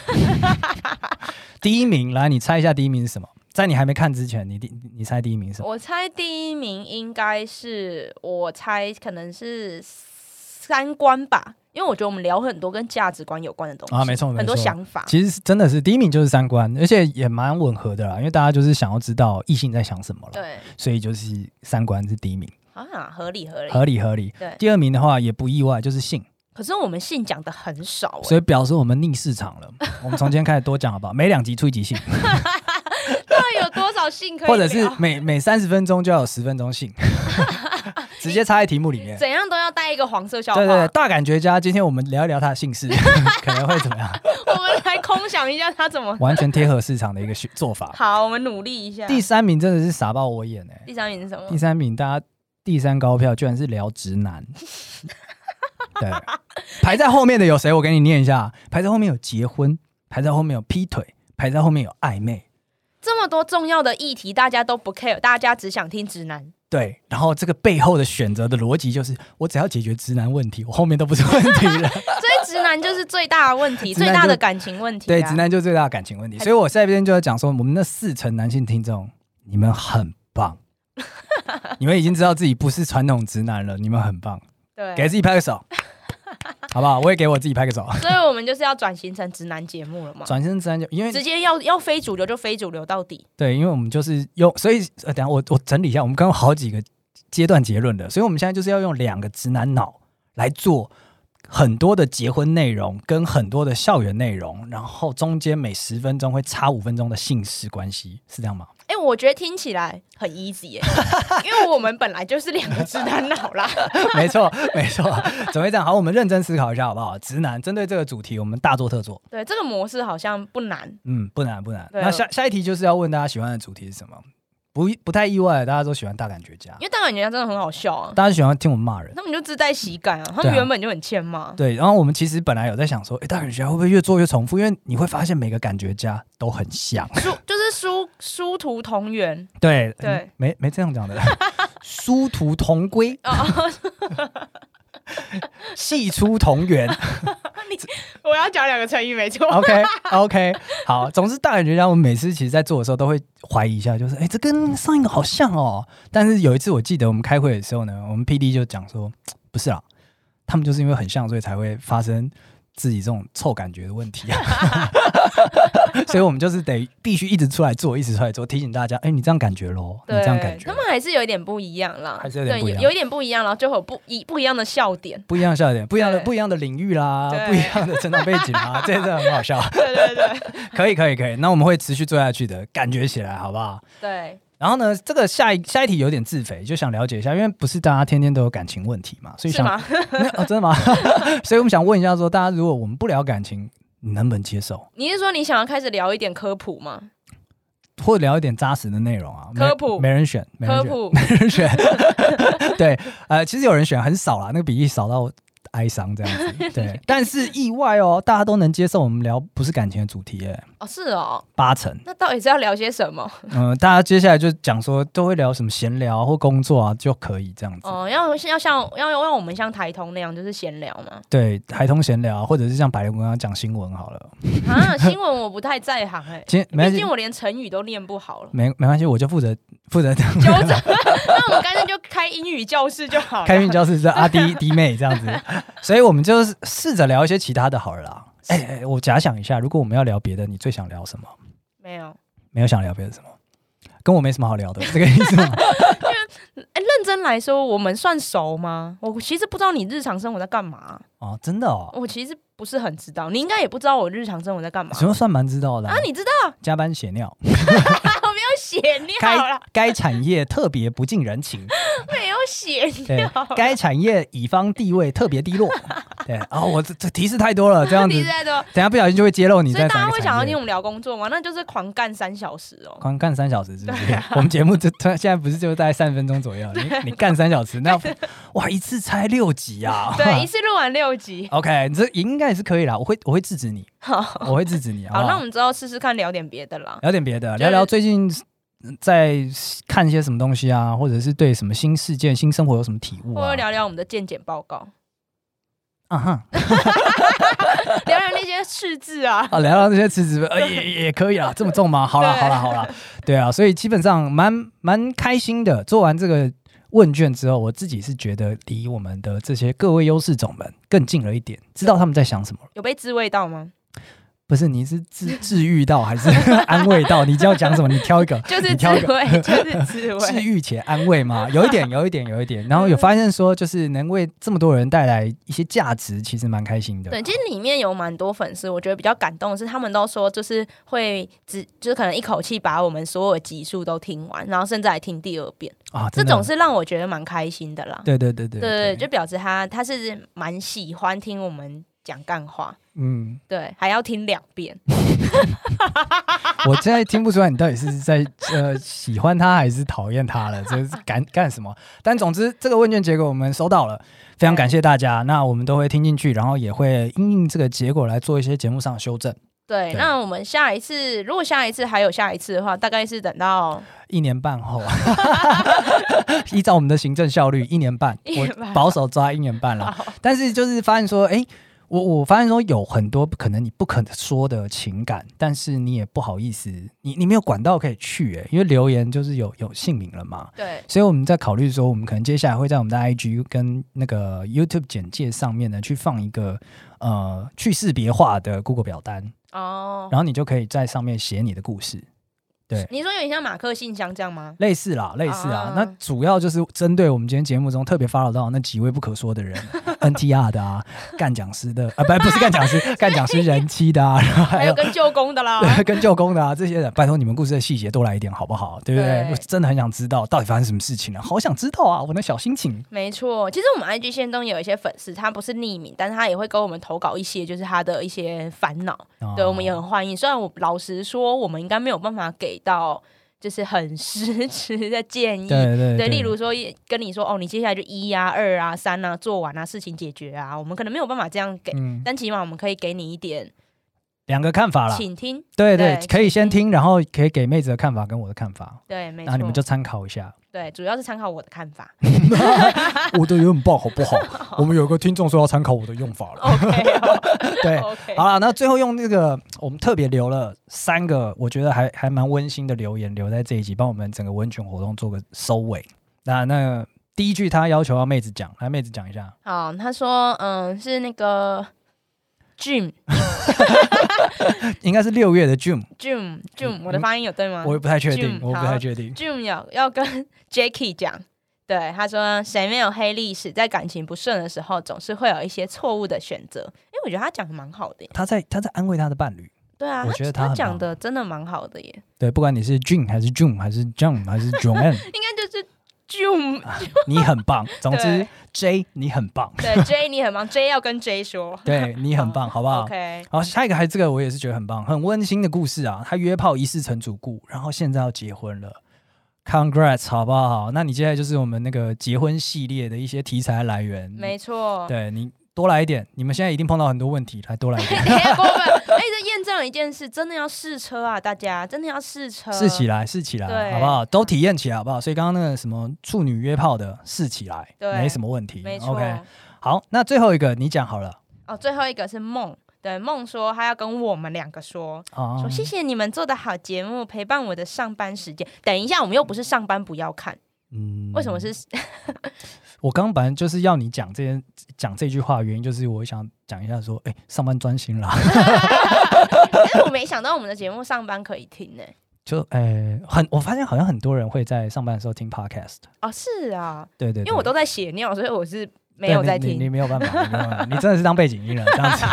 第一名，来，你猜一下第一名是什么？在你还没看之前，你第你猜第一名是什么？
我猜第一名应该是，我猜可能是三观吧，因为我觉得我们聊很多跟价值观有关的东西
啊没错没错
很多想法。
其实是真的是第一名就是三观，而且也蛮吻合的啦，因为大家就是想要知道异性在想什么了，
对
所以就是三观是第一名，
啊，合理合理。
合理合理。
对，
第二名的话也不意外，就是性，
可是我们性讲的很少、欸，
所以表示我们逆市场
[LAUGHS]
了。我们从今天开始多讲好不好？每两集出一集性，
到底哎有多少性 [LAUGHS] 可以啊
或者是
聊
每每三十分钟就要有十分钟
[LAUGHS]
性，直接插在题目里面。
怎样都要带一个黄色笑话。
对对对，大感觉家，今天我们聊一聊他的姓
[LAUGHS]
氏，可能会怎么样？
我们来空想一下他怎么。
完全贴合市场的一个选做
[LAUGHS]
法。
好，我们努力一下。
第三名真的是傻爆我眼哎、
第三名是什么
第？三名，大家第三高票居然是聊直男。 [LAUGHS] 对，排在后面的有谁？我给你念一下，啊排在后面有结婚，排在后面有劈腿，排在后面有暧昧。
这么多重要的议题，大家都不 care，大家只想听直男。
对，然后这个背后的选择的逻辑就是，我只要解决直男问题，我后面都不是问题了。
所以直男就是最大的问
[LAUGHS]
题，
直男
最
就
大的感情问题、啊。
对，直男就是最大的感情问题。所以我在这边就要讲说，我们那四成男性听众，你们很棒，你们已经知道自己不是传统直男了，你们很棒，
对，
给自己拍个手，好不好？我也给我自己拍个手。
所以我们就是要转型成直男节目了嘛，
转身自然就因为
直接要要非主流就非主流到底。
对，因为我们就是用，所以呃，等一下我我整理一下，我们刚刚有好几个阶段结论的，所以我们现在就是要用两个直男脑来做很多的结婚内容跟很多的校园内容，然后中间每十分钟会差五分钟的姓氏关系，是这
[LAUGHS]
样吗？
哎、我觉得听起来很 easy 耶、因为我们本来就是两个直男脑啦。 [LAUGHS]
没错，没错，怎么会这样？好，我们认真思考一下好不好？直男针对这个主题，我们大做特做。
对，这个模式好像不难。
嗯，不难不难。
对啊
那下下一题就是要问大家喜欢的主题是什么？不不太意外，大家都喜欢大感觉家
因，为大感觉真的很好笑啊，
大家喜欢听我们骂人。
他们就自带喜感啊，他
对
们
啊
原本就很欠骂。
对，然后我们其实本来有在想说，哎，大感觉家会不会越做越重复？因为你会发现每个感觉家都很像。
殊 [LAUGHS] 就是殊殊途同源
对
对
嗯没没这样讲的，殊途同归，
哦，
[LAUGHS] 系出同源。
我要讲两个成语没错，
OK OK，好，总之大感觉家，我们每次其实在做的时候都会怀疑一下，就是哎、诶这跟上一个好像哦。但是有一次我记得我们开会的时候呢，我们 PD 就讲说，不是啦，他们就是因为很像，所以才会发生自己这种臭感觉的问题啊。
[LAUGHS]
所以我们就是得必须一直出来做，一直出来做，提醒大家，哎、你这样感觉咯，你
[LAUGHS] 对，
这样感觉
他。们还是有一点不一样啦，
还是有点
对
不一样
有一点不一样，然后就会有不一不一样的笑点。
不一样的笑点，不一样的
对
不一样的领域啦，
对
不一样的成长背景啦，这真的很好笑。
对对对
可以可以可以，那我们会持续做下去的，感觉起来好不好？
[LAUGHS] 对，
[LAUGHS] 然后呢，这个下一下一题有点自肥，就想了解一下，因为不是大家天天都有感情问题嘛，所以
是
想
吗？
[LAUGHS] 没有哦，真的吗？所以我们想问一下说大家如果我们不聊感情，你能不能接受，
[LAUGHS] 你是说你想要开始聊一点科普吗？
或者聊一点扎实的内容啊？没
科普
没人选，没人
科
选，
普，
[LAUGHS] 没人选。对，呃，其实有人选很少啦，那个比例少到哀伤这样子。
[LAUGHS]
对，但是意外哦，大家都能接受我们聊不是感情的主题，哎，
哦，是哦，
八成。
那到底是要聊些什么？
嗯、大家接下来就讲说都会聊什么闲聊或工作啊就可以这样子。
哦，要要像要要我们像台通那样，就是闲聊
[LAUGHS]
嘛。
对，台通闲聊，或者是像百灵刚刚讲新闻好了。
啊，新闻我不太在行
[LAUGHS]
哎、
今天没关
毕
系。
竟，我连成语都念不好了
没没关系，我就负 [LAUGHS] 责负责
纠
[LAUGHS]
正，那我们干脆就开英语教室就好了。
开运教室是阿弟 [LAUGHS] 弟妹这样子，所以我们就是试着聊一些其他的好了啦。哎、哎我假想一下，如果我们要聊别的，你最想聊什么？
没有？
没有想聊别的什么？跟我没什么好聊 [LAUGHS] 的，是这个意思吗？
哎、认真来说，我们算熟吗？我其实不知道你日常生活在干嘛，
哦，真的哦，
我其实不是很知道。你应该也不知道我日常生活在干嘛
什么算蛮知道的啊、
啊？你知道？
加班血尿，
我 [LAUGHS] 没有血
该
尿啦，
该产业特别不近人 [LAUGHS] 情，
没有血
对
尿。，
该产业乙方地位特别低落，对，哦，我这这 [LAUGHS] 提示太多了，这样子
你，在多，
等一下不小心就会揭露你
所以
在
大
哪
家
个
会想要
产
听
业
我。们聊工作吗？那就是狂干三小时哦。
光干三小时是不
啊
是？ [LAUGHS] 我们节目就突然现在不是就大概三分钟左右？你你干三
[LAUGHS]
小时，那哇一次拆六集啊！
对，一次录完六集。
OK，你这应该也是可以啦，我会我会制止你，我会制止你。好
好，
不
那
好
我们之后试试看聊点别的啦。
聊点别的，
是
聊聊最近在看些什么东西啊，或者是对什么新事件、新生活有什么体悟
或
啊
者？聊聊我们的健检报告， [LAUGHS]
啊哈，
聊聊那些事字啊。
啊，聊聊这些辞职，呃，也也可以啦，这么重
[LAUGHS]
吗？好啦，
对
好啦，好啦，对啊，所以基本上蛮蛮开心的。做完这个问卷之后，我自己是觉得离我们的这些各位优势种们更近了一点，知道他们在想
[LAUGHS]
什么了。
有被滋味
[LAUGHS]
到吗？
不是，你是治治愈到还是安慰到？你就要讲什么？你挑一个，
[LAUGHS] 就是
你
滋
挑一个。
味， [LAUGHS] 就是滋
[LAUGHS] 治
味。
愈且安慰
[LAUGHS]
吗？有一点，有一点，有一点。然后有发现说，就是能为这么多人带来一些价值，其实蛮开心的。
对，其实里面有蛮多粉丝，我觉得比较感动的是，他们都说就是会只就是可能一口气把我们所有的集数都听完，然后甚至还听第二遍，
啊，
这
真的
种是让我觉得蛮开心的啦。
对对对对
对就表示他他是蛮喜欢听我们讲干话，
嗯，
对，还要听两遍。
[LAUGHS] 我现在听不出来你到底是在呃喜欢他还是讨厌他了，这是干干什么？但总之这个问卷结果我们收到了，非常感谢大家。那我们都会听进去，然后也会因应这个结果来做一些节目上的修正。
对，
对
那我们下一次如果下一次还有下一次的话，大概是等到
一年半后，依照我们的行政效率，一年半，
一年半
我保守 [LAUGHS] 抓一年半了。但是就是发现说，哎、我我发现说有很多可能你不肯说的情感，但是你也不好意思，你你没有管道可以去、诶因为留言就是有有姓名了嘛， [LAUGHS]
对
所以我们在考虑说，我们可能接下来会在我们的 IG 跟那个 YouTube 简介上面呢，去放一个呃去识别化的 Google 表单，
哦。
然后你就可以在上面写你的故事，对
你说有点像马克信箱这样吗？
类似啦，类似啊
啊。
那主要就是针对我们今天节目中特别发扰到的那几位不可说的人 [LAUGHS] ，NTR 的啊，干讲师的啊，不不是干讲师，
[LAUGHS]
干讲师人妻的啊，然后还
还有
有。
跟舅公的啦。
[LAUGHS] 对，跟舅公的啊，这些人，拜托你们故事的细节多来一点，好不好？对不对？
对
我真的很想知道到底发生什么事情了、好想知道啊！我的小心情，
没错，其实我们 IG 线中有一些粉丝，他不是匿名，但是他也会跟我们投稿一些就是他的一些烦恼，
啊
对我们也很欢迎。虽然我老实说，我们应该没有办法给到就是很实质的建议。
对对
对，例如说跟你说哦，你接下来就一啊、二啊、三啊做完啊，事情解决啊，我们可能没有办法这样给，
嗯，
但起码我们可以给你一点
两个看法啦，
倾听。
对对，
对
可以先
请
听，然后可以给妹子的看法跟我的看法，
对，没
然后
错，
你们就参考一
[LAUGHS]
下。
对，主要是参考我的看法。 [LAUGHS]
我的有点爆，好不好？我们有个听众说要参考我的用法
[LAUGHS]
了，
OK 哦
对。
OK，
好了，那最后用那个，我们特别留了三个，我觉得还还蛮温馨的留言，留在这一集，帮我们整个温泉活动做个收尾。那那第一句，他要求要妹子讲，来妹子讲一下。
好，他说嗯是那个 Jim
应该是六月的 June，
June
嗯
June，我的
嗯
发音有对吗
我也不太确定，
June，
我不太
好
确定。
？June 要要跟 Jacky 讲，对他说谁没有黑历史？在感情不顺的时候，总是会有一些错误的选择。哎，我觉得他讲的蛮好的耶，
他在他在安慰他的伴侣，
对啊，
我
他
觉得他
他
很
讲
棒
的真的蛮好的耶，
对，不管你是 June 还是 June 还是 John 还是
[LAUGHS]
Joanne，
应该就是 June
你很棒。总之
对
，J 你很棒，
对 J 你很忙，J 要跟
[LAUGHS]
J 说
对你很棒，好不好？
，OK，
好，下一个还这个我也是觉得很棒，很温馨的故事啊。他约炮一世成主顾，然后现在要结婚了，Congrats，好不嗯好？那你接下来就是我们那个结婚系列的一些题材来源，
没错，
对你多来一点。你们现在一定碰到很多问题，来多来一点，
不不， [LAUGHS] 哎，这验证了一件事，真的要试车啊，大家真的要试车，
试起来，试起来，
对
好不好？都体验起来，好不好？所以刚刚那个什么处女约炮的，试起来，
对
没什么问题
没。错。
OK，好，那最后一个你讲好了
哦，最后一个是梦，对，梦说他要跟我们两个说，
啊
说，谢谢你们做的好节目，陪伴我的上班时间。等一下，我们又不是上班不要看，
嗯
为什么？是？
我刚刚本来就是要你讲这件讲这句话，的原因就是我想讲一下说，哎，上班专心啦， [LAUGHS]
但 [LAUGHS] 是我没想到我们的节目上班可以听呢、
就哎，很我发现好像很多人会在上班的时候听 podcast，
哦，是啊，
对对，
因为我
对
都在血尿，所以我是没
对
有
你
在
你你
听。
没有办法，你没有办法，你真的是当背景音了这样子。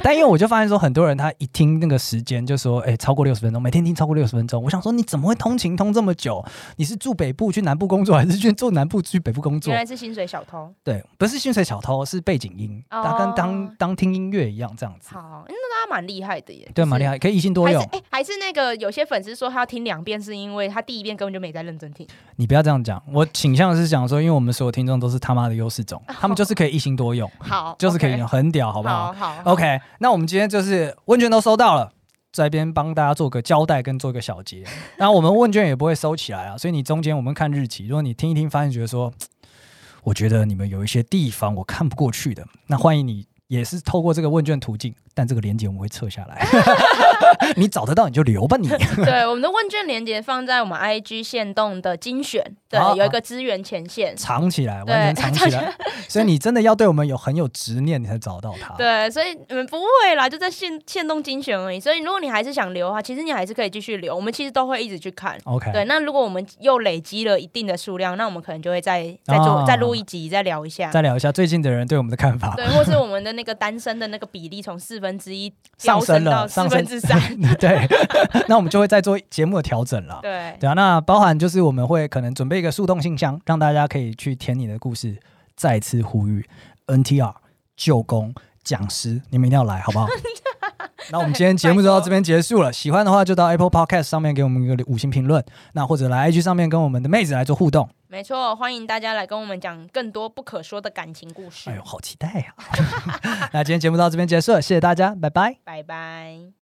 [LAUGHS]
但因为我就发现说，很多人他一听那个时间就说，哎、超过六十分钟，每天听超过六十分钟。我想说，你怎么会通勤通这么久？你是住北部去南部工作，还是去住南部去北部工作
原？来是薪水小偷。
对，不是薪水小偷，是背景音，
哦
大跟当当听音乐一样这样子。
好，嗯那他蛮厉害的耶。
对，蛮厉
害。
害，可以一心多
还是
用
哎、。还是那个有些粉丝说他要听两遍，是因为他第一遍根本就没在认真听。
你不要这样讲，我倾向是讲说，因为我们所有听众都是他妈的优势
[LAUGHS]
种，他们就是可以一心多用，
好，
就是可以
OK
很屌，好不好
好？好
OK，那我们今天就是问卷都收到了。这边帮大家做个交代跟做个小
[LAUGHS]
结，那我们问卷也不会收起来啊，所以你中间我们看日期，如果你听一听发现觉得说，我觉得你们有一些地方我看不过去的，那欢迎你也是透过这个问卷途径，但这个链接我们会撤下来， [LAUGHS] 你找得到你就留
[LAUGHS]
吧你。
对，我们的问卷链接放在我们 IG 限动的精选，对
好，
有一个资源前线。
藏起来，
对
完全藏起来。所以你真的要对我们有很有执念，你才找到它。
对，所以嗯不会啦，就在限限动精选而已。所以如果你还是想留的话，其实你还是可以继续留，我们其实都会一直去看。
，OK，
对，那如果我们又累积了一定的数量，那我们可能就会再再做、
啊
再录一集，再聊一下。
再聊一下最近的人对我们的看法吧。
对，或是我们的那个单身的那个比例从四分之一
上
飙
升
升
了，
到
上升
四分之三。
[LAUGHS] 对，那我们就会再做节目的调整了。
对，
对啊，那包含就是我们会可能准备一个速冻信箱，让大家可以去填你的故事。再次呼吁，NTR 救工讲师，你们一定要来，好不好？那我们今天节目就到这边结束了。喜欢的话就到 Apple Podcast 上面给我们一个五星评论，那或者来 IG 上面跟我们的妹子来做互动。
没错，欢迎大家来跟我们讲更多不可说的感情故
哎
事。
啊 [LAUGHS] 哎呦，好期待呀、那今天节目到这边结束了，谢谢大家，拜拜。
拜拜。